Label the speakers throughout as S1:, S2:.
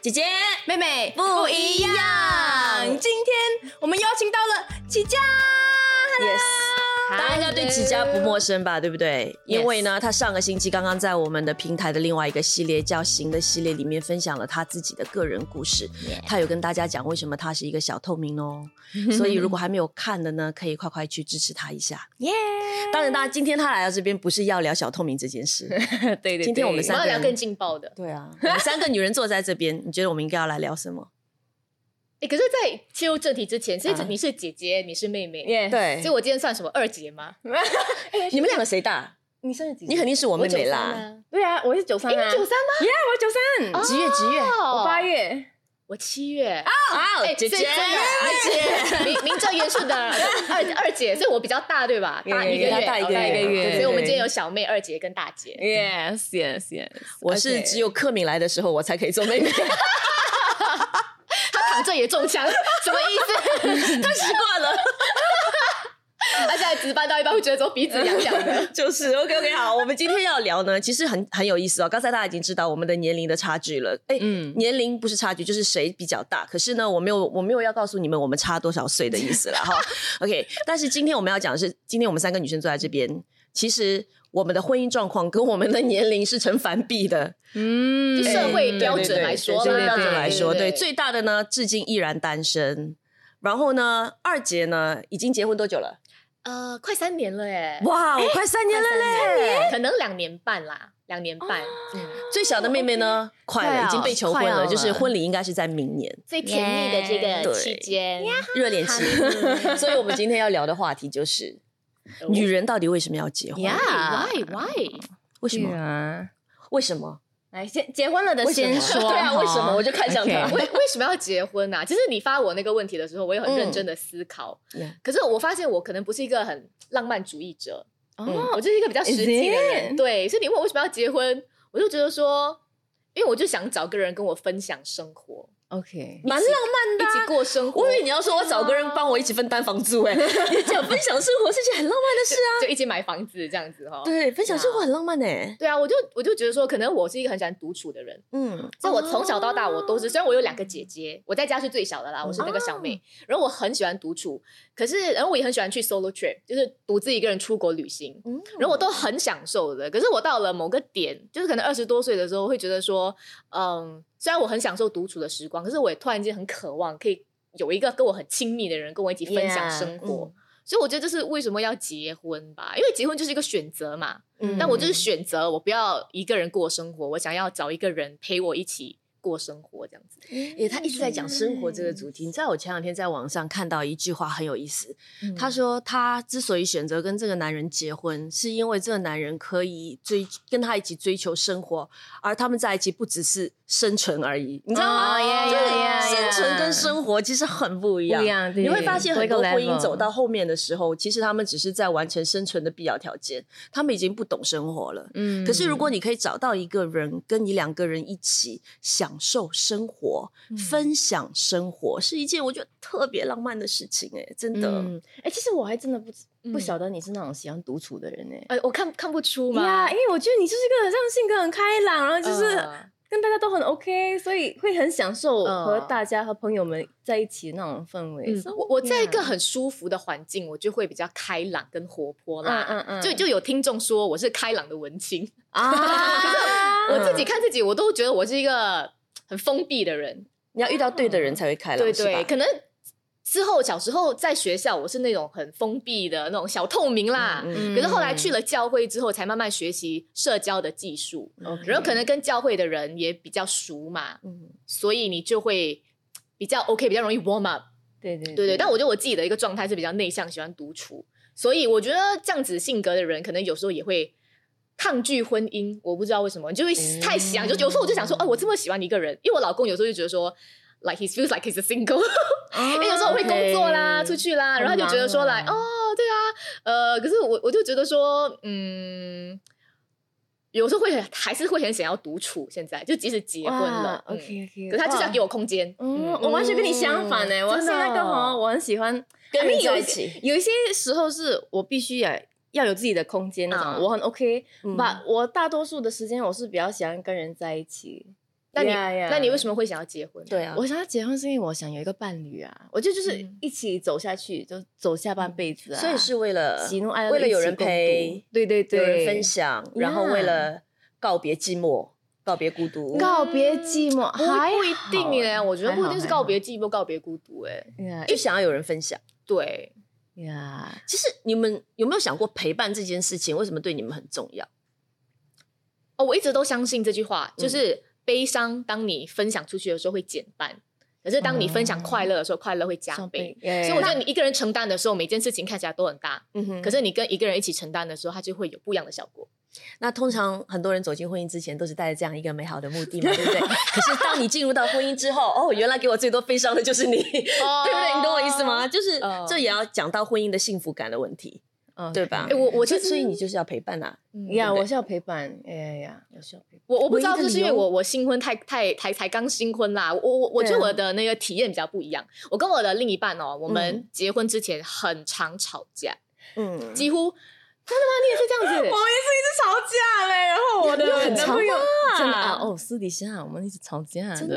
S1: 姐姐
S2: 妹妹
S1: 不一样
S2: 今天我们邀请到了齐家，
S1: ，yes，大家对齐家不陌生吧？对不对？因为呢，他上个星期刚刚在我们的平台的另外一个系列叫“行”的系列里面分享了他自己的个人故事。他有跟大家讲为什么他是一个小透明 哦，所以如果还没有看的呢，可以快快去支持他一下。
S2: 耶！
S1: 当然，大家今天他来到这边不是要聊小透明这 件事，
S2: 对对对，
S1: 今天我们
S3: 我
S1: 三
S3: 们
S1: 个
S3: 要聊
S1: 人
S3: 更劲爆的。
S1: 对啊，我们三个女人坐在这边，你觉得我们应该要来聊什么？
S3: 诶可是，在进入正题之前，所以
S1: 啊
S3: 你是姐姐，你是妹妹，
S2: 耶
S1: 对
S3: 所以我今天算什么二姐吗？
S1: 你们两个谁大？
S2: 你生日几
S1: 你肯定是我妹妹啦。
S3: 啦，
S2: 对啊，我是九三
S3: 诶
S2: 啊，
S3: 你九三吗？
S2: 耶，我九三，
S1: 几月几月？
S2: 我哦八
S3: 月，
S2: 月，哎
S3: 我七月啊，
S4: 哦
S1: 啊
S3: 诶
S1: 姐姐，
S3: 所以真的
S1: 姐 姐，
S3: 名名正言顺的二 二姐，所以我比较大对吧？
S2: 耶
S3: 大一个
S2: 比
S3: 月，
S2: 她大一个
S3: 哦
S2: 月对
S3: 所以我们
S2: 对
S3: 今天有小妹、二姐跟大姐。
S2: Yes Yes Yes，
S1: 我是只有克敏来的时候，我才可以做妹妹。她
S3: 她躺着也中枪，什么意思？
S1: 习惯了，
S3: 她现在值班到一半会觉得说鼻子痒痒 的。
S1: 就是 OK OK 好。我们今天要聊呢，其实很很有意思哦。刚才大家已经知道我们的年龄的差距了，哎，
S2: 嗯
S1: 年龄不是差距，就是谁比较大。可是呢，我没有我没有要告诉你们我们差多少岁的意思了 哈。OK，但是今天我们要讲的是，今天我们三个女生坐在这边，其实我们的婚姻状况跟我们的年龄是成反比的。
S2: 嗯
S3: 就社会标准来说啦
S1: 对对对社会标准来说，
S3: 对对
S1: 对
S3: 对
S1: 最大的呢，至今依然单身。然后呢，二姐呢，已经结婚多久了？
S3: 呃，快三年了哎，
S1: 哇，我快三年了哦嘞！
S3: 可能两年半啦，两年半。嗯
S1: 最小的妹妹呢，哦啊快
S2: 快
S1: 了，
S2: 要
S1: 已经被求婚
S2: 快要
S1: 了，
S2: 了
S1: 就是婚礼应该是在明年
S3: 最甜蜜的这个期间，
S1: 热恋 期。所以我们今天要聊的话题就是，女人到底为什么要结婚？
S3: ，Why Why？
S1: 为什么？
S2: 啊，
S1: 为什么？
S2: 来先结婚了的
S1: 为什么
S2: 先说，
S1: 对啊，为什么？我
S2: 就
S1: 就看向她。
S2: OK
S3: 为为什么要结婚呐、啊？其实你发我那个问题的时候，我也很认真的 思考。
S1: Yeah
S3: 可是我发现我可能不是一个很浪漫主义者，
S2: 哦，
S3: 我就是一个比较实际的
S2: Is
S3: 人。
S2: it？
S3: 对，所以你问我为什么要结婚，我就觉得说，因为我就想找个人跟我分享生活，
S1: 嗯
S2: OK，
S1: 蛮浪漫的啊
S3: 一起过生活
S1: 我以，为你要说我找个人帮我一起分担房租，哎， 你讲分享生活是件很浪漫的事啊。
S3: 就一起买房子这样子哈、哦。
S1: 对，分享生活
S3: 对啊
S1: 很浪漫哎。
S3: 对啊，我就我就觉得说，可能我是一个很喜欢独处的人，
S1: 嗯，
S3: 所以我从小到大我都是，虽然我有两个姐姐，我在家是最小的啦，我是那个小妹。然后我很喜欢独处，可是然后我也很喜欢去 solo trip，就是独自一个人出国旅行。
S1: 嗯
S3: 然后我都很享受的，可是我到了某个点，就是可能二十多岁的时候，会觉得说，嗯，虽然我很享受独处的时光，可是我也突然间很渴望可以有一个跟我很亲密的人跟我一起分享
S2: Yeah，
S3: 生活。所以我觉得这是为什么要结婚吧，因为结婚就是一个选择嘛。
S1: 嗯
S3: 但我就是选择我不要一个人过生活，我想要找一个人陪我一起过生活这样子。
S1: 诶，他一直在讲生活这个主题。你知道，我前两天在网上看到一句话很有意思，他
S2: 嗯
S1: 说他之所以选择跟这个男人结婚，是因为这个男人可以追跟他一起追求生活，而他们在一起不只是生存而已，你知道吗？
S2: 哦，yeah，
S1: 就是
S2: yeah，yeah，
S1: 生存跟生活其实很不一样。
S2: 不一样嗯对
S1: 你会发现很多
S2: 多一个
S1: 婚
S2: level
S1: 姻走到后面的时候，其实他们只是在完成生存的必要条件，他们已经不懂生活了。
S2: 嗯
S1: 可是如果你可以找到一个人，跟你两个人一起享受生活、
S4: 嗯
S1: 分享生活，是一件我觉得特别浪漫的事情、哎，真的。
S2: 嗯，哎、其实我还真的不知不
S3: 嗯
S2: 晓得你是那种喜欢独处的人呢、
S3: 呃，我看看不出
S2: 哎呀、
S3: 嘛，
S2: 因为我觉得你就是一个让性格很开朗，然后就是
S3: 呃
S2: 跟大家都很 OK，所以会很享受
S3: 嗯
S2: 和大家和朋友们在一起的那种氛围。
S3: 嗯
S2: So-
S3: 我我在一个很舒服的环境，我就会比较开朗跟活泼啦。
S2: 嗯嗯嗯
S3: 就就有听众说我是开朗的文青，
S2: 啊，可是
S3: 我自己看自己，我都觉得我是一个很封闭的人。
S1: 你要遇到对的人才会开朗，
S3: 对
S1: 是
S3: 对，
S1: 吧
S3: 可能之后小时候在学校，我是那种很封闭的那种小透明啦。
S1: 嗯
S2: 嗯
S3: 可是后来去了教会之后，才慢慢学习社交的技术，
S2: 嗯 OK
S3: 然后可能跟教会的人也比较熟嘛，
S1: 嗯
S3: 所以你就会比较 OK，比较容易 warm up。
S2: 对对
S3: 对对，
S4: 嗯
S3: 但我觉得我自己的一个状态是比较内向，喜欢独处，所以我觉得这样子性格的人，可能有时候也会抗拒婚姻。我不知道为什么，你就会太想，就有时候我就想说，哦，我这么喜欢一个人，因为我老公有时候就觉得说。Like he feels like he's a single，因
S2: 哦
S3: 为有时候我会工作啦、出去啦，
S2: 啊很
S3: 然后他就觉得说
S2: 忙啊
S3: 来哦，对啊，呃，可是我我就觉得说，嗯，有时候会很还是会很想要独处。现在就即使结婚了嗯
S2: OK OK，
S3: 可是他就是要给
S2: 我。
S3: 我空间。
S2: 嗯，
S1: 嗯
S2: 我完全跟你相反呢、
S1: 嗯
S2: 我是
S1: 真的哦
S2: 那个哈，我很喜欢
S1: 跟人
S2: I mean，有
S1: 在一
S2: 些
S1: 起。
S2: 有一些时候是我必须也要有自己的空间那种，
S3: 啊
S2: 我很 OK，
S1: 嗯
S2: 把、我大多数的时间我是比较喜欢跟人在一起。
S3: 那你
S4: Yeah, yeah.
S3: 那你为什么会想要结婚？
S1: 对啊
S4: 我想要结婚是因为我想有一个伴侣啊，我就就是
S3: 嗯
S4: 一起走下去，就走下半辈子啊。
S1: 所以是为了
S4: 喜怒哀乐
S1: 为了
S4: 一起
S1: 有人
S4: 共
S1: 陪
S4: 度，，对对对，
S1: 有人分享，然后为了告别寂寞，告别孤独。
S4: 告别寂寞，
S3: 嗯不
S4: 还
S3: 不一定耶，我觉得不一定是告
S4: 别
S3: 别寂寞、告别孤独哎。
S4: 呀
S1: 就想要有人分享。
S3: 对，
S4: 呀，
S1: 其实你们有没有想过陪伴这件事情为什么对你们很重要？
S3: 哦，我一直都相信这句话，
S1: 嗯
S3: 就是悲伤当你分享出去的时候会减半，可是当你分
S2: 哦
S3: 享快乐的时候，快乐会加
S4: 上
S3: 倍
S4: 辈。，所
S3: 所以我觉得你一个人承担的时候，每件事情看起来都很大，
S1: 嗯哼
S3: 可是你跟一个人一起承担的时候，它就会有不一样的效果。
S1: 那通常很多人走进婚姻之前都是带着这样一个美好的目的嘛，对不对？可是当你进入到婚姻之后，哦，原来给我最多悲伤的就是你，对
S3: 哦
S1: 不对？你懂我意思吗？就是、
S3: 哦
S1: 这也要讲到婚姻的幸福感的问题，对吧？
S3: 哎我我
S1: 所以
S3: 其实
S1: 所以你就是要陪伴啊，
S4: 呀，
S1: 对不对
S4: 嗯我是要陪伴，哎呀呀，我是要陪
S3: 嗯我我不知道，
S1: 唯一的
S3: 就是因为
S1: 理由
S3: 我我新婚太太才才刚新婚啦，我我我觉得
S4: 对啊
S3: 我的那个体验比较不一样。我跟我的另一半哦，我们结婚之前很常吵架，
S1: 嗯，
S3: 几乎真的吗？你也是这样子？
S2: 吵架嘞，然后我的
S4: 很
S2: 男
S4: 吵
S2: 朋友
S4: 伴，真的啊，哦，私底下我们一直吵架
S1: 真
S4: 的，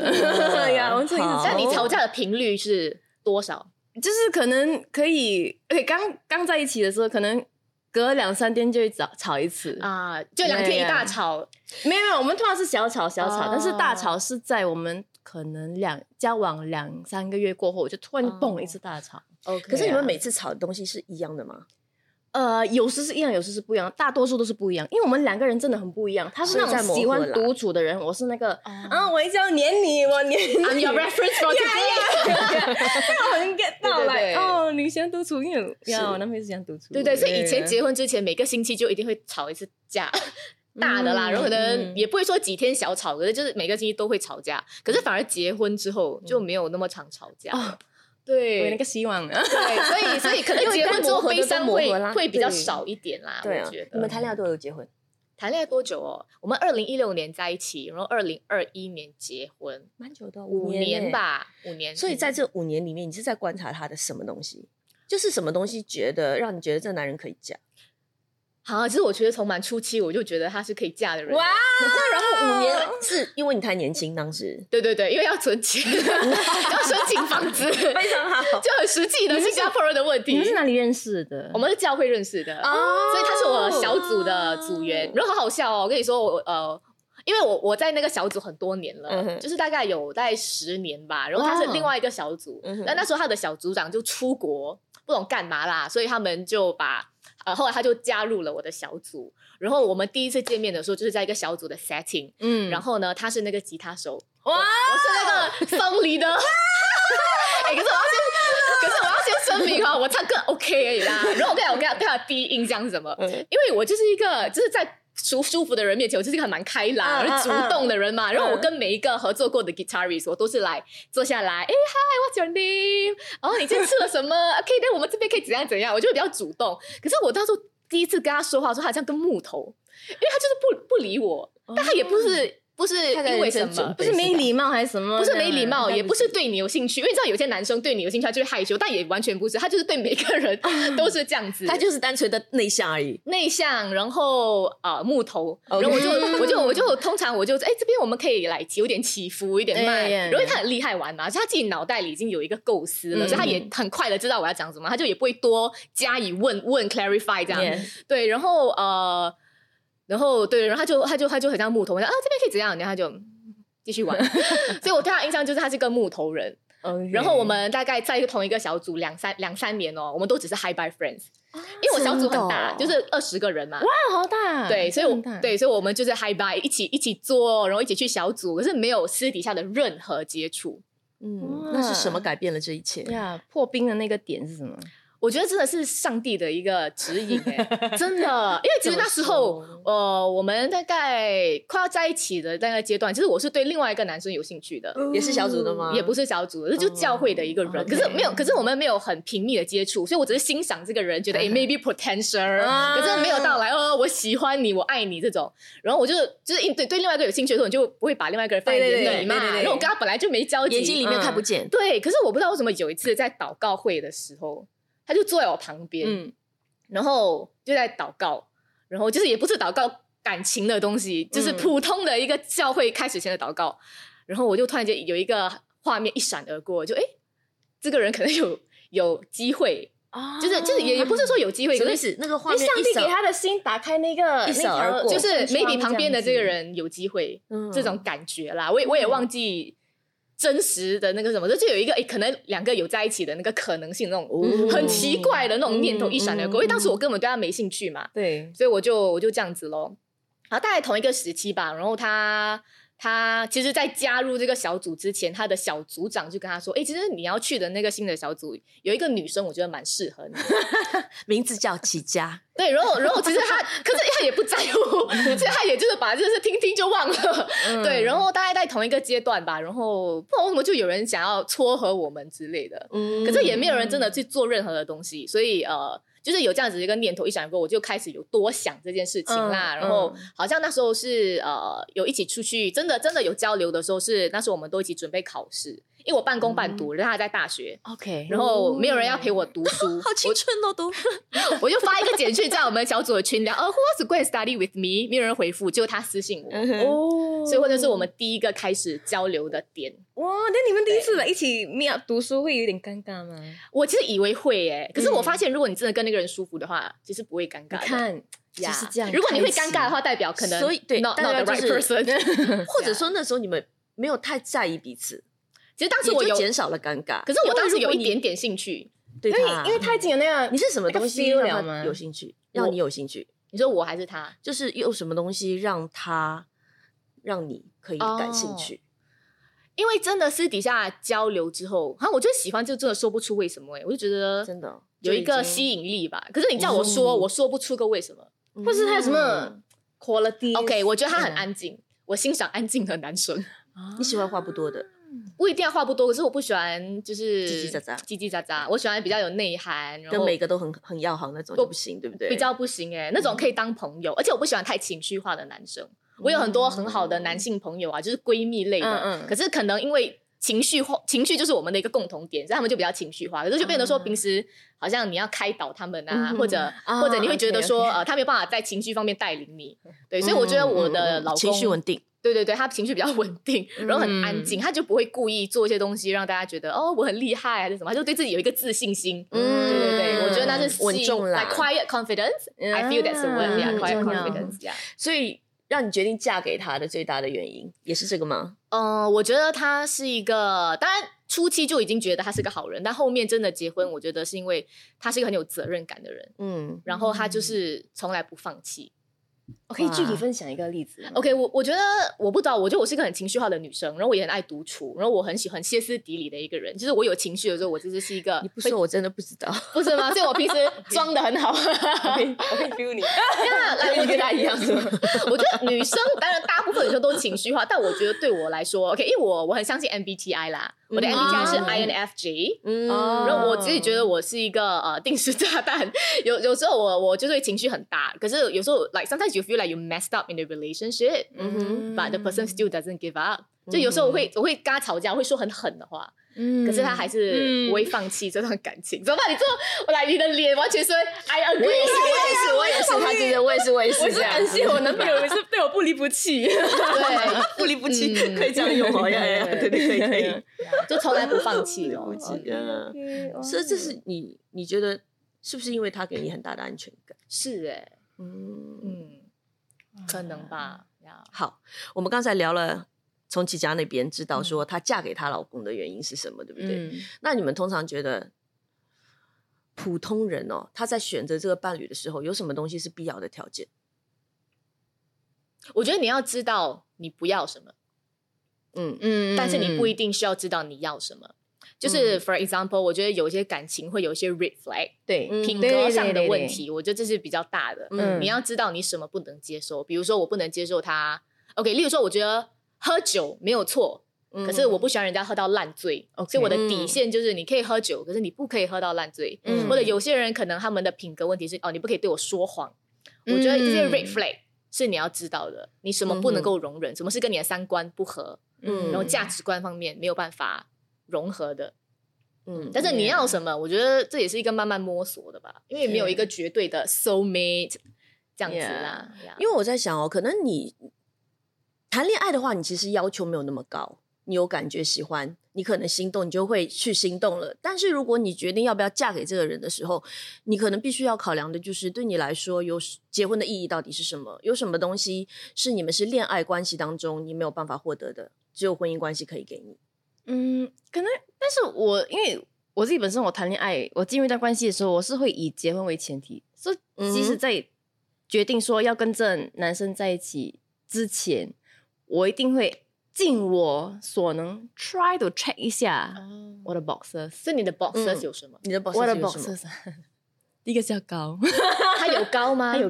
S1: 的
S4: 呀，我们这一直
S1: 好
S4: 吵
S3: 那你吵架的频率是多少？
S4: 就是可能可以，而且刚刚在一起的时候，可能隔两三天就会吵吵一次啊。
S3: 啊，就两天一大吵，
S4: 没有没有，我们通常是小吵小
S1: 啊
S4: 吵，
S3: 哦
S4: 但是大吵是在我们可能两交往两三个月过后，我就突然
S3: 哦
S4: 蹦一次大吵。
S1: 可是
S4: 对
S1: 你
S4: 啊
S1: 们每次吵的东西是一样的吗？
S4: 呃，有时是一样，有时是不一样，大多数都是不一样，因为我们两个人真的很不一样。他是那
S1: 所以在
S4: 种
S1: 磨合
S4: 喜欢
S1: 啦哦
S4: 独处的人，我是那个啊，我一直要黏你，我黏你。
S3: I'm your reference for today。
S4: 那我应该到
S3: 对对对
S4: 来哦，你喜欢独处，因为呀，我男朋友是喜欢独处。
S3: 对对，所以以前结婚之前，每个星期就一定会吵一次架。大的啦，
S4: 嗯
S3: 然后可能
S4: 嗯
S3: 也不会说几天小吵，可是就是每个星期都会吵架。可是反而结婚之后就没有那么常吵架
S4: 我
S3: 了。对
S4: 有那个希望啊。
S3: 对，所以所以可能结婚之后
S1: 因
S3: 悲伤
S1: 为该磨合的都磨合
S3: 会
S1: 啦
S3: 会比较
S1: 对
S3: 少一点啦，
S1: 对啊
S3: 我觉，
S4: 嗯
S1: 你
S3: 得
S1: 们。谈恋爱多久结婚？
S3: 谈恋爱多久哦？我们二零一六年在一起，然后二零二一年结婚，
S1: 蛮久的，
S3: 五
S1: 年
S3: 年
S1: 欸。
S3: 吧，五年。
S1: 所以在这五年里面，你是在观察他的什么东西？就是什么东西觉得让你觉得这男人可以嫁？
S3: 好、其实我觉得从蛮初期我就觉得他是可以嫁的人。
S4: 哇
S3: 哇！
S1: 那然后五年是因为你太年轻，当时
S3: 对对对，因为要 存钱，要申请房子，就
S1: 常好。
S3: 很实际的新加坡人的问
S4: 你
S3: 题
S4: 们。是哪里认识的？
S3: 我们是教会认识的，
S4: 哦
S3: 所以他是我小组的组员。然后好好笑哦，我跟你说，我呃。因为我我在那个小组很多年了，
S1: 嗯哼
S3: 就是大概有在十年吧。然后他是
S4: 哇
S3: 另外一个小组
S1: 嗯哼，
S3: 那、那时候他的小组长就出国，不懂干嘛啦，所以他们就把呃后来他就加入了我的小组。然后我们第一次见面的时候，就是在一个小组的 setting，
S4: 嗯
S3: 然后呢，他是那个吉他手，
S4: 哇哦
S3: 我我是那个 松梨的。哎、可是我要先，可是我要先声明哦，我唱歌 OK 而已啦。然后我跟你讲，我跟你讲，对他的第一印象是什
S4: 嗯
S3: 么？因为我就是一个就是在。舒舒服的人面前，我就是一个很蛮开朗、
S1: 嗯嗯
S3: 而主动的人嘛。然后我跟每一个合作过的 guitarist，我都是来坐下来，哎、h i w h a t s your name？然后你今天吃了什 么？OK，那我们这边可以怎样怎样？我就会比较主动。可是我到时候第一次跟他说话的时候，他好像跟木头，因为他就是不不理我，但他也不是不是
S1: 嗯他在
S3: 因为
S1: 人生
S3: 什
S1: 准，
S3: 么
S4: 不是没礼貌还是什么？
S3: 不是没礼貌，
S4: 这样
S3: 也不是对你有兴趣，因为你知道有些男生对你有兴趣，他就会害羞，但也完全不是，他就是对每 个人都是这样子，
S1: 他就是单纯的内向而已。
S3: 内向，然后啊、呃木头，然
S1: OK
S3: 后我就我就我就通常我就哎这边我们可以来有点起伏，有点慢，
S4: 哎呀
S3: 然后他很厉害玩嘛，所以他自己脑袋里已经有一个构思了，
S4: 嗯
S3: 所以他也很快的知道我要讲什么，他就也不会多加以问问 clarify 这样。对，然后呃，然后对，然后他就他就他就很像木头，我说啊这边可以怎样，然后他就嗯继续玩，所以我对他的印象就是他是个木头人。
S4: OK
S3: 然后我们大概在同一个小组两三两三年哦，我们都只是 high by friends，因为
S4: 哦
S3: 我小组很大，
S1: 真
S3: 就
S1: 的
S3: 是二十个人嘛。
S4: 哇，好大，
S3: 对，所以我
S4: 真的啊很大，
S3: 对，所以我们就是 high by 一起一起做，哦然后一起去小组，可是没有私底下的任何接触。
S1: 嗯
S4: 哇，
S1: 那是什么改变了这一切？
S4: 呀，破冰的那个点是什么？
S3: 我觉得真的是上帝的一个指 引、欸，真的，因为其实那时候，呃，我们大概快要在一起的那个阶段，其实我是对另外一个男生有兴趣
S4: 哦
S3: 的，
S1: 也是小组的吗？
S3: 也不是小组，就教会的一个人。可是没有，可是我们没有很频密的接触，所以我只是欣赏这个人，觉得诶哎 maybe potential，、
S4: 啊
S3: 可是没有到来哦，我喜欢你，我爱你这种。然后我就就是因对对另外一个有兴趣的时候，你就不会把另外一个人放在
S4: 对对
S3: 眼里
S4: 对
S3: 嘛。
S4: 对对对
S3: 然后我跟他本来就没交集，
S1: 眼睛里面
S4: 嗯
S1: 看不见。
S3: 对。可是我不知道为什么有一次在祷告会的时候，他就坐在我旁边，
S4: 嗯，
S3: 然后就在祷告，然后就是也不是祷告。感情的东西，就是普通的一个教会开始前的祷告。然后我就突然间有一个画面一闪而过，就哎，这个人可能有有机会，
S1: 啊
S3: 就是就是也也不是说有机会，
S1: 什
S3: 可
S1: 么意
S3: 是
S1: 思？那个画
S4: 哦你
S1: 面
S4: 上
S1: 一
S4: 帝
S1: 扫
S4: 给他的心打开那个
S1: 一
S4: 那
S1: 扫而
S4: 条
S1: 过
S3: 就是
S4: 空窗
S3: maybe 旁边的
S4: 样子
S3: 这个人有机会，
S1: 嗯
S3: 这种感觉啦。我也我也忘记真实的那个什么，这就有一个诶，可能两个有在一起的那个可能性，那种
S1: 哦
S3: 很奇怪的那种念头一闪而过。
S4: 嗯嗯
S3: 因为当时我根本对他没兴趣嘛，
S4: 对，
S3: 所以我就我就这样子咯。然后大概同一个时期吧，然后他他其实，在加入这个小组之前，他的小组长就跟他说：“诶，其实你要去的那个新的小组有一个女生，我觉得蛮适合你的。”
S1: 名字叫齐佳，
S3: 对，然后然后其实他，可是他也不在乎， 所以他也就是把就是听听就忘了。对，
S4: 嗯
S3: 然后大概在同一个阶段吧，然后不知道为什么就有人想要撮合我们之类的，
S4: 嗯
S3: 可是也没有人真的去做任何的东西，所以呃。就是有这样子一个念头一闪过，我就开始有多想这件事情啦。
S4: 嗯
S3: 然后好像那时候是呃有一起出去，真的真的有交流的时候是那时候我们都一起准备考试，因为我半工半读，然后他在大学，
S4: 哦
S1: OK，
S3: 然后没有人要陪我读 书，
S1: 好青春哦，都
S3: 我就发一个简讯在我们小组的群聊，呃、w h o wants to go and study with me？没有人回复，结果他私信我，
S4: 哦
S3: 所以或者是
S1: 嗯
S3: 我们第一个开始交流的点。
S4: 哇，那你们第一次来一起妙读书会有点尴尬吗？
S3: 我其实以为会耶、可是我
S1: 嗯
S3: 发现如果你真的跟那个人舒服的话，其实不会尴
S4: 你
S3: 尬的。
S4: 看，就
S3: 呀
S4: 是这样。
S3: 如果你会
S4: 开
S3: 尴
S4: 始
S3: 尬的，话，代表可能
S1: 所以对
S3: not
S1: 大
S3: not
S1: 家
S3: the
S1: 就
S3: right
S1: 是
S3: person，
S1: 或者说那时候你们没有太在意彼此，
S3: 其实当时
S1: 也
S3: 我有
S1: 就，减少了尴尬。
S3: 可是我当时有一点点兴趣。
S1: 对
S4: 因为
S1: 他，
S4: 因为太紧有那样，
S1: 你是什么东西
S4: 那个 feel
S1: 让
S4: 了
S1: 他
S4: 吗
S1: 有兴趣，让你有兴趣，
S3: 你说我还是他？
S1: 就是用什么东西让他让你可以感兴趣。
S3: 因为真的私底下交流之后，然后我就喜欢，就真的说不出为什么哎、我就觉得
S1: 真的哦
S3: 有一
S1: 就
S3: 个
S1: 已经
S3: 吸引力吧。可是你叫我说，
S1: 嗯
S3: 我说不出个为什么。
S1: 嗯
S4: 或是他有什么 quality。
S3: 嗯 OK，我觉得他很
S4: 嗯
S3: 安静，我欣赏安静的男生。
S1: 你喜欢话不多的，
S3: 不一定要话不多，可是我不喜欢就是
S1: 叽叽喳喳
S3: 叽叽喳喳。我喜欢比较有内涵，然
S1: 跟
S3: 后
S1: 每个都嗯很很要好那种就不行，对不对？
S3: 哦比较不行哎、那种可以当朋友，而且我不喜欢太情绪化的男生。我有很多很好的男性朋友啊，就是闺蜜类的，
S4: 嗯嗯
S3: 可是可能因为。情绪化，情绪就是我们的一个共同点，所以他们就比较情绪化，可是就变得说平时好像你要开导他们啊，
S4: 嗯
S3: 或者、
S4: 啊
S3: 或者你会觉得说
S4: OK，OK
S3: 呃，他没有办法在情绪方面带领你，对，所以我觉得我的
S1: 嗯
S3: 老公
S1: 情绪稳定，
S3: 对对对，他情绪比较稳定，然后很安
S1: 嗯
S3: 静，他就不会故意做一些东西让大家觉得哦我很厉害还是什么，他就对自己有一个自信心。
S1: 嗯
S3: 对对对，我觉得那是吸引
S1: 稳重啦
S3: like quiet confidence。I feel that's the word, yeah,
S1: 嗯
S3: quiet
S1: 重要
S3: confidence, yeah.
S1: 所以让你决定嫁给他的最大的原因也是这个吗？
S3: 嗯，我觉得他是一个，当然初期就已经觉得他是个好人，但后面真的结婚，我觉得是因为他是一个很有责任感的人，
S1: 嗯，
S3: 然后他就是从来不放弃。
S4: 我可以具体分享一个例子吗
S3: OK，我我觉得我不知道，我觉得我是一个很情绪化的女生，然后我也很爱独处，然后我很喜欢歇斯底里的一个人。就是我有情绪的时候，我其实是一个
S1: 你不
S3: 会
S1: 说我真的不知道。
S3: 不是吗？所以 我平时装的很好。
S4: 我会 feel 你，
S3: 那来，
S4: 你跟他一样是吗？
S3: 我觉得女生当然大部分女生都情绪化，但我觉得对我来说，OK，因为我我很相信 MBTI 啦，我的
S1: 嗯
S3: MBTI 是
S4: 啊
S3: INFJ。
S1: 嗯
S4: 哦
S3: 然后我自己觉得我是一个呃定时炸弹，有有时候我我就是会情绪很大，可是有时候 like sometimes you feel like you messed up in the relationship，
S1: 嗯哼
S3: but the person still doesn't give up。就有时候我会我会跟他吵架，我会说很狠的话，
S4: 嗯
S3: 可是他还是
S4: 嗯
S3: 不会放弃这段感情。怎么办？你这我来你的脸完全是 I agree，我也是，哎我也是，他真的我也是，我也
S4: 我是感谢我男朋友，是对我不离不弃。
S3: 对，
S1: 不离不弃，
S3: 嗯
S1: 可以这样用哦，呀呀，对对对，可以可以。
S3: 就从来不放弃
S1: 了
S3: 哦。
S1: 解。
S4: 嗯
S1: 所以这是你，你觉得是不是因为他给你很大的安全感？
S3: 是哎，
S1: 嗯，
S3: 嗯，可能吧。呀
S1: 好，我们刚才聊了从齐家那边知
S3: 嗯
S1: 道说她嫁给她老公的原因是什么，对不对？
S4: 嗯，
S1: 那你们通常觉得普通人哦，他在选择这个伴侣的时候，有什么东西是必要的条件？
S3: 我觉得你要知道你不要什么，
S1: 嗯
S4: 嗯
S3: 但是你不一定需要知道你要什么。就是 for example，我觉得有一些感情会有一些 red flag，
S4: 对
S1: 嗯
S3: 品
S4: 对
S3: 格
S4: 对
S3: 上的
S4: 对
S3: 问
S4: 对
S3: 题，我觉得这是比较大的。
S1: 嗯
S3: 你要知道你什么不能接受，比如说我不能接受他，OK，例如说我觉得喝酒没有错，
S1: 嗯
S3: 可是我不喜欢人家喝到烂醉
S4: OK
S3: 所以我的底线就是你可以喝酒，可是你不可以喝到烂醉。
S4: 嗯
S3: 或者有些人可能他们的品格问题是哦，你不可以对我说谎。我觉得这些
S4: 嗯
S3: red flag 是你要知道的，你什么不能够容忍，什么是跟你的三观不合，
S1: 嗯
S3: 然后价值观方面没有办法融合的。
S1: 嗯，
S3: 但是你
S4: Yeah
S3: 要什么，我觉得这也是一个慢慢摸索的吧，因为没有一个绝对的 soul mate。这样子啦。Yeah.
S4: 啊
S1: 因为我在想哦，可能你谈恋爱的话，你其实要求没有那么高，你有感觉喜欢，你可能心动，你就会去心动了。但是如果你决定要不要嫁给这个人的时候，你可能必须要考量的就是对你来说有结婚的意义到底是什么？有什么东西是你们是恋爱关系当中你没有办法获得的，只有婚姻关系可以给你？
S4: 嗯，可能，但是我因为。我自己本身，我谈恋爱，我进入一段关系的时候，我是会以结婚为前提，所以即使在决定说要跟这男生在一起之前，我一定会尽我所能 try to check 一下
S3: 嗯
S4: 我的 boxes，
S3: 哦是你的 boxes 有什么？
S1: 你的 boxes
S4: 我的
S1: 有什么
S4: boxes，第 一个是要高，
S3: 他有高吗？ 嗯
S4: 他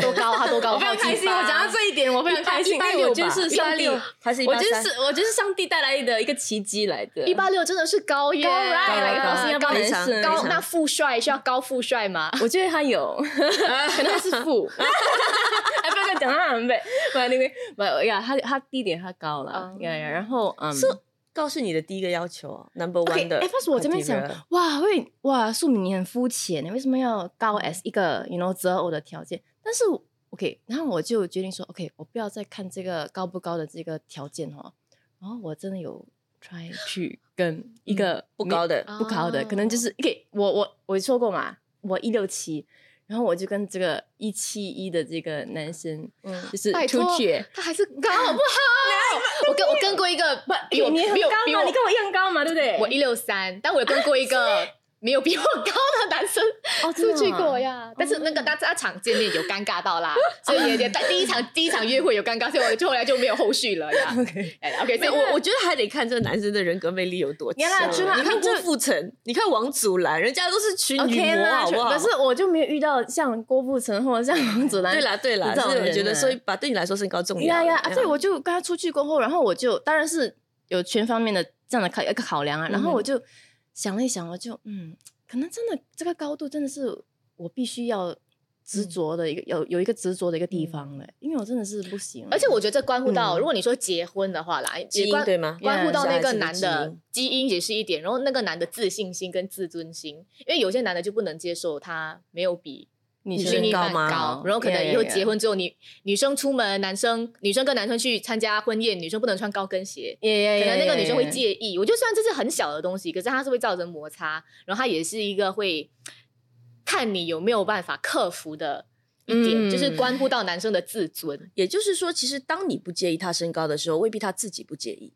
S4: 有高，
S3: 他多
S4: 我
S3: 高？他多高？
S4: 非常开心，我讲到这一点，我非常开心，
S1: 一
S4: 因
S1: 八
S4: 为
S1: 六
S4: 我就是上帝，
S1: 还是一
S4: 我
S1: 八
S4: 就
S1: 三？
S4: 是我就是上帝带来的一个奇迹来的，
S3: 一八六真的是高耶，
S4: 高 right，
S1: 高
S4: 新加
S3: 高
S4: 坡
S1: 非常
S4: 男生
S1: 非
S3: 高
S1: 常
S3: 那富帅需要高富帅吗？
S4: 我觉得他 有，可能他是 富，哎，不要再讲他很美，不然那个不呀，他他地点他高了
S3: 哦，
S4: 呀呀，然后嗯。
S1: 告诉你的第一个要求哦，Number One 的。
S4: 哎，first 我这边想，哇，为哇，素敏你很肤浅，你欸为什么要高 S 一个 you know 择偶的条件？但是 OK，然后我就决定说 OK，我不要再看这个高不高的这个条件哦。然后我真的有 try 去跟一个
S1: 不高的
S4: 嗯不高的，
S3: 哦
S4: 可能就是 OK，我我我说过嘛，我一六七。然后我就跟这个一七一的这个男生，嗯，就是
S3: 拜
S4: 出
S3: 托
S4: 去，
S3: 他还是 高好不好？我跟我跟过一个比我
S4: 哎你很
S3: 比我
S4: 高
S3: 比
S4: 嘛，你
S3: 我
S4: 跟我一样高嘛，对不对？
S3: 我一六三，但我有跟过 一个没有比我高的男生
S4: 哦真
S3: 出
S4: 的
S3: 去
S4: 啊
S3: 过呀。嗯但是那个那那场见面有尴尬到啦，所以也也但第一场第一场约会有尴尬，所以我就后来就没有后续了呀。哎 OK，所
S1: 对，
S3: 以我
S1: 我
S3: 我
S1: 我觉得还得看这个男生的人格魅力有多
S4: 你
S1: 强。
S4: 看啦就是他
S1: 你看
S4: 看这
S1: 郭富城，你看王祖蓝，人家都是群女
S4: 嗯 OK
S1: 魔，
S4: 啦，
S1: 好不好？
S4: 可是我就没有遇到像郭富城或者像 王祖蓝。
S1: 对啦，对啦，
S4: 这种
S1: 是我
S4: 人
S1: 觉得，
S4: 啊
S1: 所以把对你来说身高重要。
S4: 呀呀，啊
S1: 这样
S4: 所以我就跟他出去过后，然后我就当然是有全方面的这样的考一个考量啊，然后我
S3: 嗯
S4: 就想了一想，我就嗯，可能真的这个高度真的是我必须要
S3: 嗯
S4: 执着的一个、有有一个执着的一个地方了，因为我真的是不行，
S3: 而且我觉得这关乎到，
S4: 嗯
S3: 如果你说结婚的话啦，
S1: 基
S3: 也
S1: 因
S3: 关
S1: 对吗？
S3: 关乎到那个男
S1: 小孩子
S3: 的基因也是一点，然后那个男的自信心跟自尊心，因为有些男的就不能接受他没有比
S4: 你
S1: 女
S3: 女
S1: 生
S3: 性
S1: 力
S3: 一
S1: 高
S3: 般
S1: 吗
S3: 高，然后可能以后结。
S4: Yeah, yeah, yeah
S3: 婚之后，你女生出门，男生女生跟男生去参加婚宴，女生不能穿高跟鞋，可
S4: Yeah, yeah, yeah,
S3: 能那个女生会
S4: yeah, yeah.
S3: 介意。我觉得虽然这是很小的东西，可是它是会造成摩擦，然后它也是一个会看你有没有办法克服的一点，
S4: 嗯
S3: 就是关乎到男生的自尊。
S1: 也就是说，其实当你不介意他身高的时候，未必他自己不介意，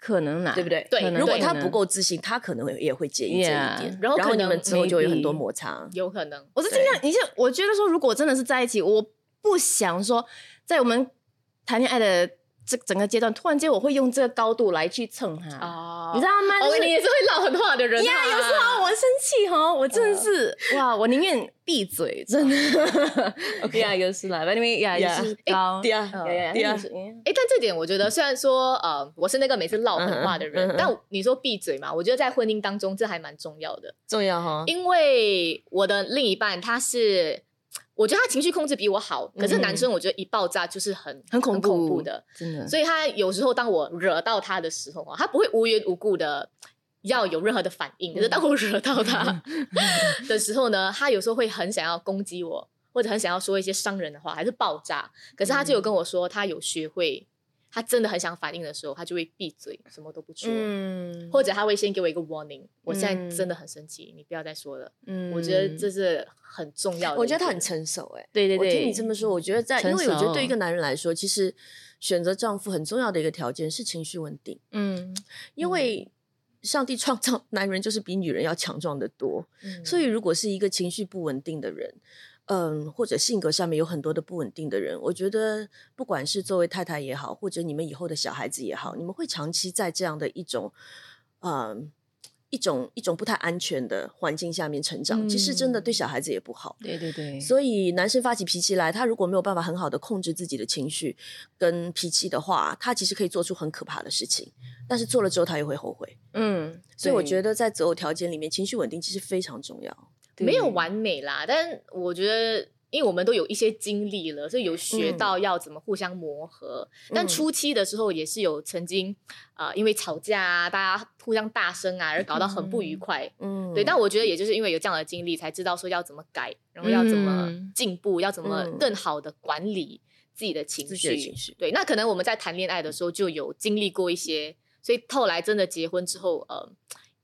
S4: 可能啦，
S1: 对不对？
S3: 对
S4: 啊可能
S1: 如果他
S4: 可能
S1: 不够自信，他可能会也会介意这一
S4: Yeah
S1: 点，
S3: 然后可
S1: 后你
S3: 能
S1: 们之后就有很多
S4: maybe
S1: 摩擦。
S3: 有可能，
S4: 我是尽量，你是我觉得说，如果真的是在一起，我不想说在我们谈恋爱的这整个阶段，突然间我会用这个高度来去蹭他，
S3: 哦
S4: 你知道吗？
S3: 哦
S4: 就，是
S3: 你也是会唠狠话的人啊，
S4: 呀，有嗯时 候我生气哈，我真的是哇，我宁愿闭嘴，真的。OK 啊，有事啦，反正 呀，哎
S1: Yeah
S4: 就是高，
S1: 对啊，
S3: 嗯
S4: 呀呀
S1: 对啊
S4: 就是嗯
S3: 哎，但这点我觉得，虽然说呃，我是那个每次唠狠话的
S1: 嗯
S3: 人，
S1: 嗯嗯
S3: 但你说闭嘴嘛，我觉得在婚姻当中这还蛮重要的，
S1: 重要哈。
S3: 因为我的另一半他是，我觉得他情绪控制比我好，可是男生我觉得一爆炸就是很
S4: 嗯很恐
S3: 很
S4: 怖
S3: 恐怖的，
S4: 真的。
S3: 所以他有时候当我惹到他的时候啊，他不会无缘无故的要有任何的反应，可是当我惹到他
S4: 嗯
S3: 的时候呢，他有时候会很想要攻击我，或者很想要说一些伤人的话，还是爆炸。可是他就有
S4: 嗯
S3: 跟我说，他有学会，他真的很想反应的时候，他就会闭嘴，什么都不说。
S4: 嗯
S3: 或者他会先给我一个 warning，我现在
S4: 嗯
S3: 真的很生气，你不要再说了。
S4: 嗯
S3: 我觉得这是很重要的一点。
S1: 我觉得他很成熟哎、
S4: 对对对，
S1: 我听你这么说，我觉得在，因
S4: 成
S1: 为我觉得对一
S4: 熟
S1: 个男人来说，其实选择丈夫很重要的一个条件是情绪稳定，
S4: 嗯，
S1: 因为上帝创造男人就是比女人要强壮的多，
S3: 嗯，
S1: 所以如果是一个情绪不稳定的人。嗯，或者性格上面有很多的不稳定的人，我觉得不管是作为太太也好，或者你们以后的小孩子也好，你们会长期在这样的一种，嗯，一种一种不太安全的环境下面成长，其实真的
S4: 嗯
S1: 对小孩子也不好。
S4: 对对对，
S1: 所以男生发起脾气来，他如果没有办法很好的控制自己的情绪跟脾气的话，他其实可以做出很可怕的事情，但是做了之后他也会后悔。
S4: 嗯，
S1: 所以我觉
S4: 得
S1: 得在择偶条件里面，情绪稳定其实非常重要。
S3: 没有完美啦，但我觉得因为我们都有一些经历了，所以有
S1: 嗯
S3: 学到要怎么互相磨合。但初期的时候也是有曾经啊、呃因为吵架啊，大家互相大声啊，而搞到很不愉快。
S1: 嗯
S3: 对，但我觉得也就是因为有这样的经历，才知道说要怎么改，然后要怎么
S4: 嗯
S3: 进步，要怎么
S1: 嗯
S3: 更好的管理自己的情
S1: 自己的
S3: 绪。
S1: 情绪
S3: 对，那可能我们在谈恋爱的时候就有经历过一些，所以后来真的结婚之后，呃，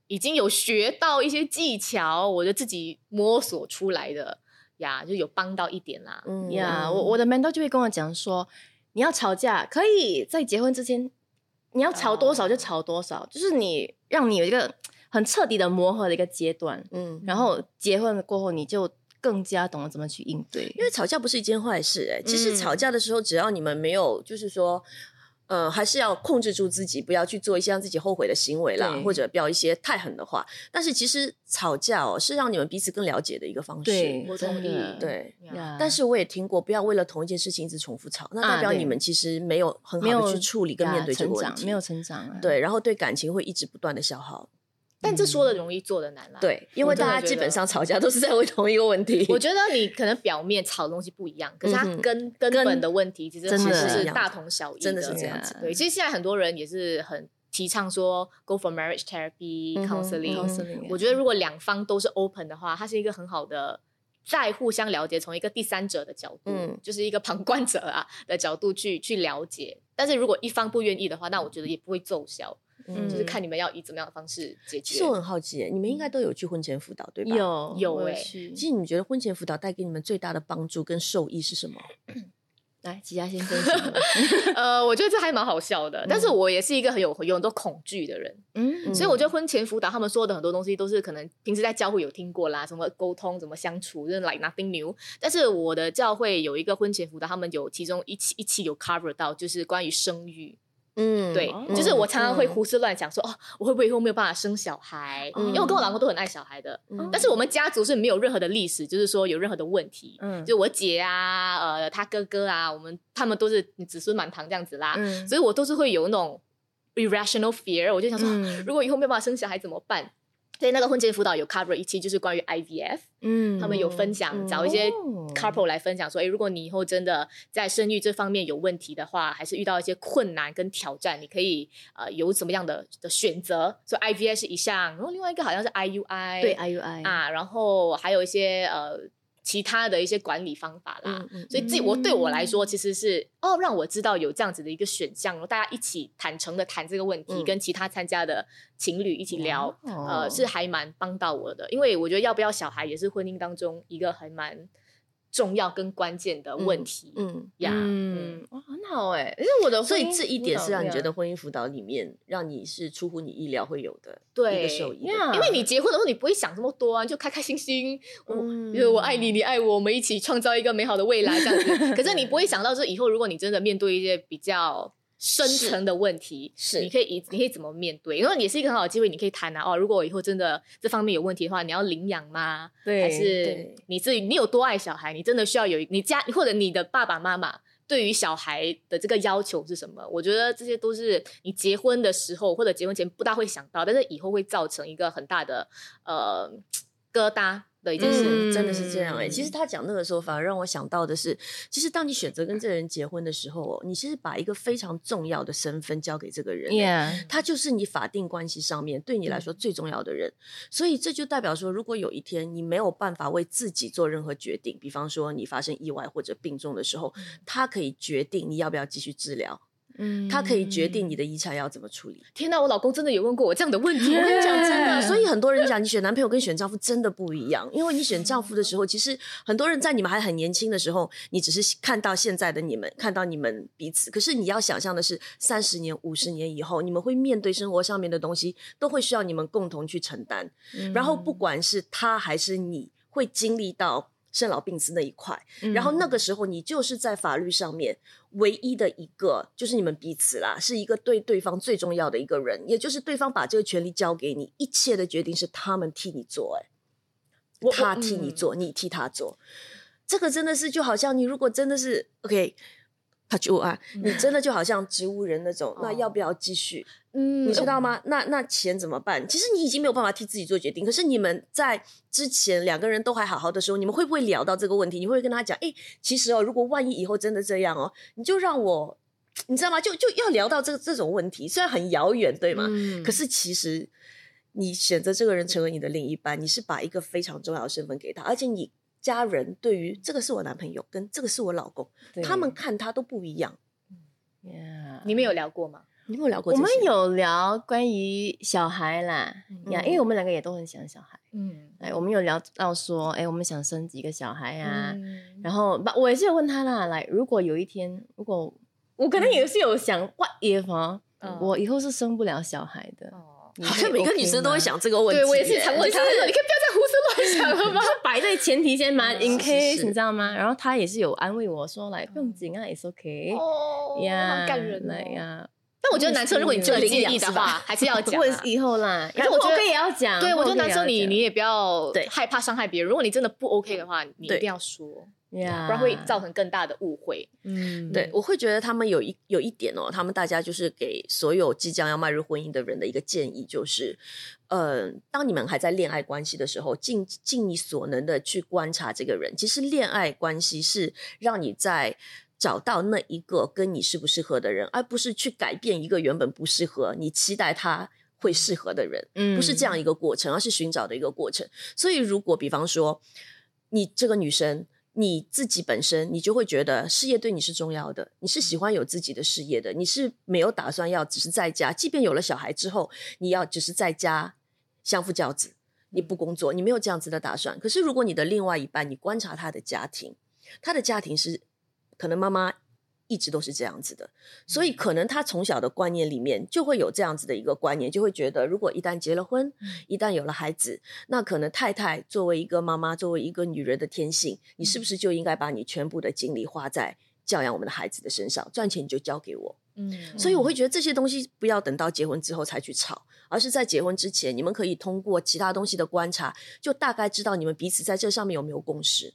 S3: 已经有学到一些技巧，我就自己摸索出来的呀，就有帮到一点啦。
S1: 嗯
S4: 呀、我我的 mentor 就会跟我讲说，你要吵架可以在结婚之前，你要吵多少就吵多少，就是你让你有一个很彻底的磨合的一个阶段，
S1: 嗯，
S4: 然后结婚了过后你就更加懂得怎么去应对
S1: 因。为吵架不是一件坏事哎、其实
S3: 嗯
S1: 吵架的时候，只要你们没有，就是说。呃，还是要控制住自己，不要去做一些让自己后悔的行为啦
S4: 对，
S1: 或者飙一些太狠的话。但是其实吵架哦，是让你们彼此更了解的一个方式。
S4: 对，
S3: 我
S4: 真
S3: 同意
S4: 的
S1: 对
S3: 呀
S1: 但是我也听过，不要为了同一件事情一直重复吵，那
S4: 啊
S1: 代表
S4: 对
S1: 你们其实没有很
S4: 没
S1: 好
S4: 有
S1: 的去处理跟
S4: 呀
S1: 面对这个
S4: 成
S1: 问
S4: 长，
S1: 题，
S4: 没有成长啊。
S1: 对，然后对感情会一直不断的消耗。
S3: 但这说的
S1: 嗯
S3: 容易，做的难啦。。
S1: 对，因为
S3: 我真的
S1: 大家
S3: 觉
S1: 基本
S3: 得
S1: 上吵架都是在为同一个问题。
S3: 我觉得你可能表面吵的东西不一样，可是它
S1: 嗯哼
S3: 根根本的问题其实
S4: 真
S3: 其
S4: 的
S3: 实
S4: 是
S3: 是
S1: 一样的
S3: 大同小异，
S1: 真的是这样
S4: 子
S3: 对，其实现在很多人也是很提倡说 go for marriage therapy
S1: 嗯哼
S3: counseling，、
S1: 嗯
S3: 我觉得如果两方都是 open 的话，它是一个很好的在互相了解，从一个第三者的角度，
S1: 嗯
S3: 就是一个旁观者啊的角度去去了解。但是如果一方不愿意的话，那我觉得也不会奏效，
S1: 嗯
S3: 就是看你们要以怎么样的方式解
S1: 其
S3: 决
S1: 实。我很好奇耶，你们应该都有去婚前辅导对吧？。
S4: 有
S3: 有
S4: 我
S3: 欸
S4: 去
S1: 其实你们觉得婚前辅导带给你们最大的帮助跟受益是什么？
S4: 来，吉佳先分享 吧。
S3: 呃，我觉得这还蛮好笑
S1: 嗯
S3: 的，但是我也是一个很有有很多恐惧的人，
S4: 嗯
S3: 所以我觉得婚前辅导他们说的很多东西都是可能平时在教会有听过啦，什么沟通、怎么相处，就是 like nothing new。但是我的教会有一个婚前辅导，他们有其中一期一期有 cover 到，就是关于生育。
S1: 嗯
S3: 对，
S4: 哦
S3: 就是我常常会胡思乱想说，哦，我会不会以后没有办法生小孩？
S1: 嗯
S3: 因为我跟我老公都很爱小孩的，
S1: 嗯
S3: 但是我们家族是没有任何的历史，就是说有任何的问题。
S4: 嗯
S3: 就我姐啊，呃，他哥哥啊，我们他们都是子孙满堂这样子啦，
S4: 嗯
S3: 所以我都是会有那种 irrational fear，我就想说，
S4: 嗯
S3: 如果以后没有办法生小孩怎么办？所以那个婚前辅导有 cover 一期，就是关于 IVF，、
S4: 嗯
S3: 他们有分享，
S1: 嗯
S3: 找一些
S4: 哦
S3: couple 来分享说，哎、如果你以后真的在生育这方面有问题的话，还是遇到一些困难跟挑战，你可以呃有怎么样的的选择？所以 IVF 是一项，然后另外一个好像是 IUI，
S4: 对哎 IUI
S3: 啊，然后还有一些呃其他的一些管理方法啦。
S1: 嗯嗯
S3: 所以自己我对我来说其实是哦，让我知道有这样子的一个选项，然后大家一起坦诚的谈这个问题，
S1: 嗯
S3: 跟其他参加的情侣一起聊，
S4: 哇哦
S3: 呃，是还蛮帮到我的，因为我觉得要不要小孩也是婚姻当中一个还蛮重要跟关键的问题、
S1: 嗯，
S3: 呀。
S4: 嗯，哇，很好哎、因为我的婚
S1: 所以
S4: 姻
S1: 这一点是让你
S3: 啊
S1: 觉得
S4: 辅
S1: 婚姻辅导里面让你是出乎你意料会有的
S3: 对
S1: 一个受益的。
S4: Yeah
S3: 因为你结婚的时候，你不会想这么多啊，你就开开心心，我、
S1: 嗯
S3: 因为我爱你，你爱我，我们一起创造一个美好的未来这样 子。可是你不会想到，就是以后如果你真的面对一些比较深层的问题，
S1: 是
S3: 你可以以你可以怎么面对？因为也是一个很好的机会，你可以谈啊。哦，如果我以后真的这方面有问题的话，你要领养吗？
S4: 导对
S3: 还是
S1: 对
S3: 你自己你有多爱小孩？你真的需要有你家或者你的爸爸妈妈。对于小孩的这个要求是什么？我觉得这些都是你结婚的时候或者结婚前不大会想到，但是以后会造成一个很大的呃疙瘩的一件事。
S1: 嗯，
S4: 嗯
S1: 真的是这样哎、
S4: 嗯
S1: 其实他讲那个时候，反而让我想到的是，其实当你选择跟这个人结婚的时候哦，你其实把一个非常重要的身份交给这个人、
S3: 嗯
S4: ，Yeah，嗯
S1: 他就是你法定关系上面对你来说最重要的人，所以这就代表说，如果有一天你没有办法为自己做任何决定，比方说你发生意外或者病重的时候，他可以决定你要不要继续治疗，
S4: 嗯
S1: 他可以决定你的遗产要怎么处理。
S3: 天哪，我老公真的有问过我这样的问题，我
S1: 我
S3: 跟
S1: 跟
S3: 你
S1: 你
S3: 讲
S1: 讲
S3: 真
S1: 真的，
S3: 的，
S1: 啊所
S3: 所以
S1: 以很多人讲你选男朋友跟选丈夫真的不一样，因为你选丈夫的时候，其实很多人在你们还很年轻的时候，你只是看到现在的你们，看到你们彼此。可是你要想象的是，三十年、五十年以后，你们会面对生活上面的东西，都会需要你们共同去承担。然后不管是他还是你，会经历到生老病死那一块。然后那
S3: 嗯
S1: 个时候，你就是在法律上面唯一的一个，就是你们彼此啦，是一个对对方最重要的一个人，也就是对方把这个权利交给你，一切的决定是他们替你做、欸，
S3: 我嗯
S1: 他替你做，你替他做，这个真的是就好像你如果真的是 OK。 touch wood 啊，你真的就好像植物人那种，那
S3: 哦
S1: 要不要继续？
S3: 嗯
S1: 你知道吗？那那钱怎么办？其实你已经没有办法替自己做决定。可是你们在之前两个人都还好好的时候，你们会不会聊到这个问题？你会跟他讲，哎、其实哦，如果万一以后真的这样哦，你就让我，你知道吗？就就要聊到这这种问题，虽然很遥远，对吗？
S3: 嗯
S1: 可是其实你选择这个人成为你的另一半，你是把一个非常重要的身份给他，而且你家人对于这个是我男朋友跟这个是我老公，他们看他都不一样。
S4: Yeah
S3: 你们有聊过吗？
S1: 你有没有聊过
S4: 我
S1: 这些？
S4: 们有聊关于小孩啦，呀、因为我们两个也都很想小孩。
S3: 嗯，
S4: 哎，我们有聊到说，哎，我们想生几个小孩呀、
S3: 嗯
S4: 然后，不我也是有问他啦，来，如果有一天，如果我可能也是有想、what if 啊、
S3: 嗯
S4: 我以后是生不了小孩的，
S3: 哦，
S4: 你
S1: 好
S4: 会
S1: 像每个
S4: OK
S1: 女生都会
S4: 吗
S1: 想这个问题
S3: 对
S1: 耶。
S3: 我也是常问他，你可以不要再胡思乱想了吗？
S4: 摆在前提先嘛
S3: 嗯
S4: ，in
S1: 是是
S4: case
S1: 是
S4: 你知道吗？然后他也是有安慰我说，来不用紧啊，it's okay，
S3: 哦
S4: 呀，
S3: 好感人
S4: 来
S3: 哦。
S4: 呀，
S3: 但我觉得男生如果你真的介意的话， 还是要讲啊。
S4: 问 以后啦，
S3: 可是我觉得
S4: 我也要讲，
S3: 对，我觉得
S4: 可以
S1: 哦
S3: 男生
S4: 要
S3: 你
S4: 讲
S3: 你也不要
S1: 对
S3: 害怕伤害别人。如果你真的不 OK 的话，你一
S1: 对
S3: 定要说，
S4: 呀，
S3: 不然会造成更大的误会。
S4: 嗯
S1: 对，我会觉得他们有一有一点哦，他们大家就是给所有即将要迈入婚姻的人的一个建议，就是，呃，当你们还在恋爱关系的时候，尽尽你所能的去观察这个人。其实恋爱关系是让你在。找到那一个跟你适不适合的人，而不是去改变一个原本不适合你期待他会适合的人。
S4: 嗯
S1: 不是这样一个过程，而是寻找的一个过程。所以，如果比方说你这个女生，你自己本身你就会觉得事业对你是重要的，你是喜欢有自己的事业的，你是没有打算要只是在家，即便有了小孩之后，你要只是在家相夫教子，你不工作，你没有这样子的打算。可是，如果你的另外一半，你观察他的家庭，他的家庭是可能妈妈。一直都是这样子的，所以可能他从小的观念里面就会有这样子的一个观念，就会觉得如果一旦结了婚，一旦有了孩子，那可能太太作为一个妈妈，作为一个女人的天性，你是不是就应该把你全部的精力花在教养我们的孩子的身上？赚钱你就交给我。
S3: 嗯
S1: 所以我会觉得这些东西不要等到结婚之后才去吵，而是在结婚之前，你们可以通过其他东西的观察，就大概知道你们彼此在这上面有没有共识。
S3: 以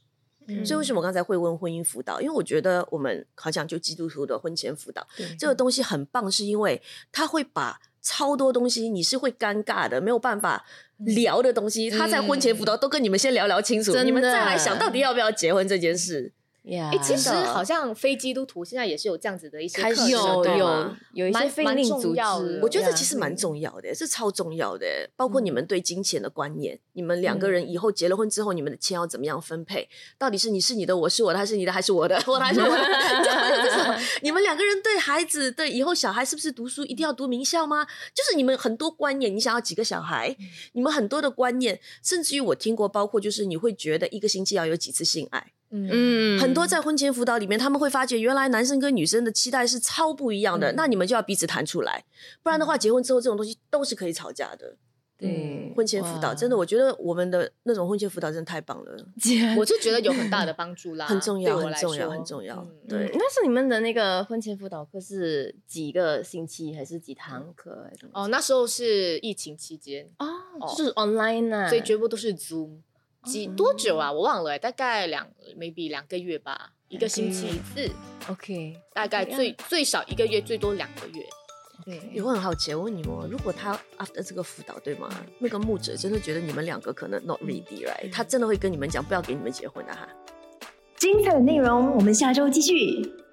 S4: 嗯
S1: 所以为什么我刚才会问婚姻辅导？因为我觉得我们好像就基督徒的婚前辅导这
S4: 嗯
S1: 个东西很棒，是因为它会把超多东西你是会尴尬的，没有办法
S4: 嗯
S1: 聊的东西，他在婚前辅导都跟你们先聊聊清楚，
S4: 真的
S1: 你们再来想到底要不要结婚这件事。
S4: 呀
S3: 哎，，其实
S1: 嗯真的
S3: 好像非基督徒现在也是有这样子的一些
S1: 开
S3: 课
S1: 始
S3: 程
S4: 有
S1: 对
S4: 有
S1: 吗
S4: 有一些
S3: 蛮
S4: 非
S3: 蛮
S4: 令
S3: 重
S4: 组织
S3: 要的，
S1: 我觉得这
S4: 呀
S1: 其实蛮重要的，这超重要的，包括你们对金钱的观念，你们两个人以后结了婚之后，你们的钱要怎么样分配？到底是你是你的，我是我的，还是你的还是我的，我的还是我的？ 这这种你们两个人对孩子，对以后小孩是不是读书一定要读名校吗？就是你们很多观念，你想要几个小孩，你们很多的观念，甚至于我听过，包括就是你会觉得一个星期要有几次性爱。
S3: 嗯
S4: 嗯
S1: 很多在婚前辅导里面，他们会发觉原来男生跟女生的期待是超不一样的，
S3: 嗯
S1: 那你们就要彼此谈出来，不然的话，结婚之后这种东西都是可以吵架的。
S4: 嗯
S1: 嗯
S4: 对
S1: 婚前辅导真的，我觉得我们的那种婚前辅导真的太棒
S4: 嗯
S1: 了，
S4: 我
S3: 我是觉得有很大的帮助 啦，
S1: 很重要，
S3: 对我
S1: 很
S3: 来
S1: 重要，
S3: 说
S1: 很重要
S3: 嗯。
S1: 对
S4: 嗯，那是你们的那个婚前辅导课是几个星期还是几堂课？还是怎么
S3: 哦，那时候是疫情期间，
S4: 哦，就是 online 呐、啊，
S3: 所以全部都是 Zoom，几多久啊？我忘了欸，大概两 maybe 两个月啊吧，一个星期一次，
S4: OK，
S3: 大概最最少一个月，最多两个月。
S1: 也我很好奇，我问你们哦，如果他 after 这个辅导对吗？那个牧者真的觉得你们两个可能 not ready right，他真的会跟你们讲不要给你们结婚的哈。
S5: 精彩的内容，我们下周继续。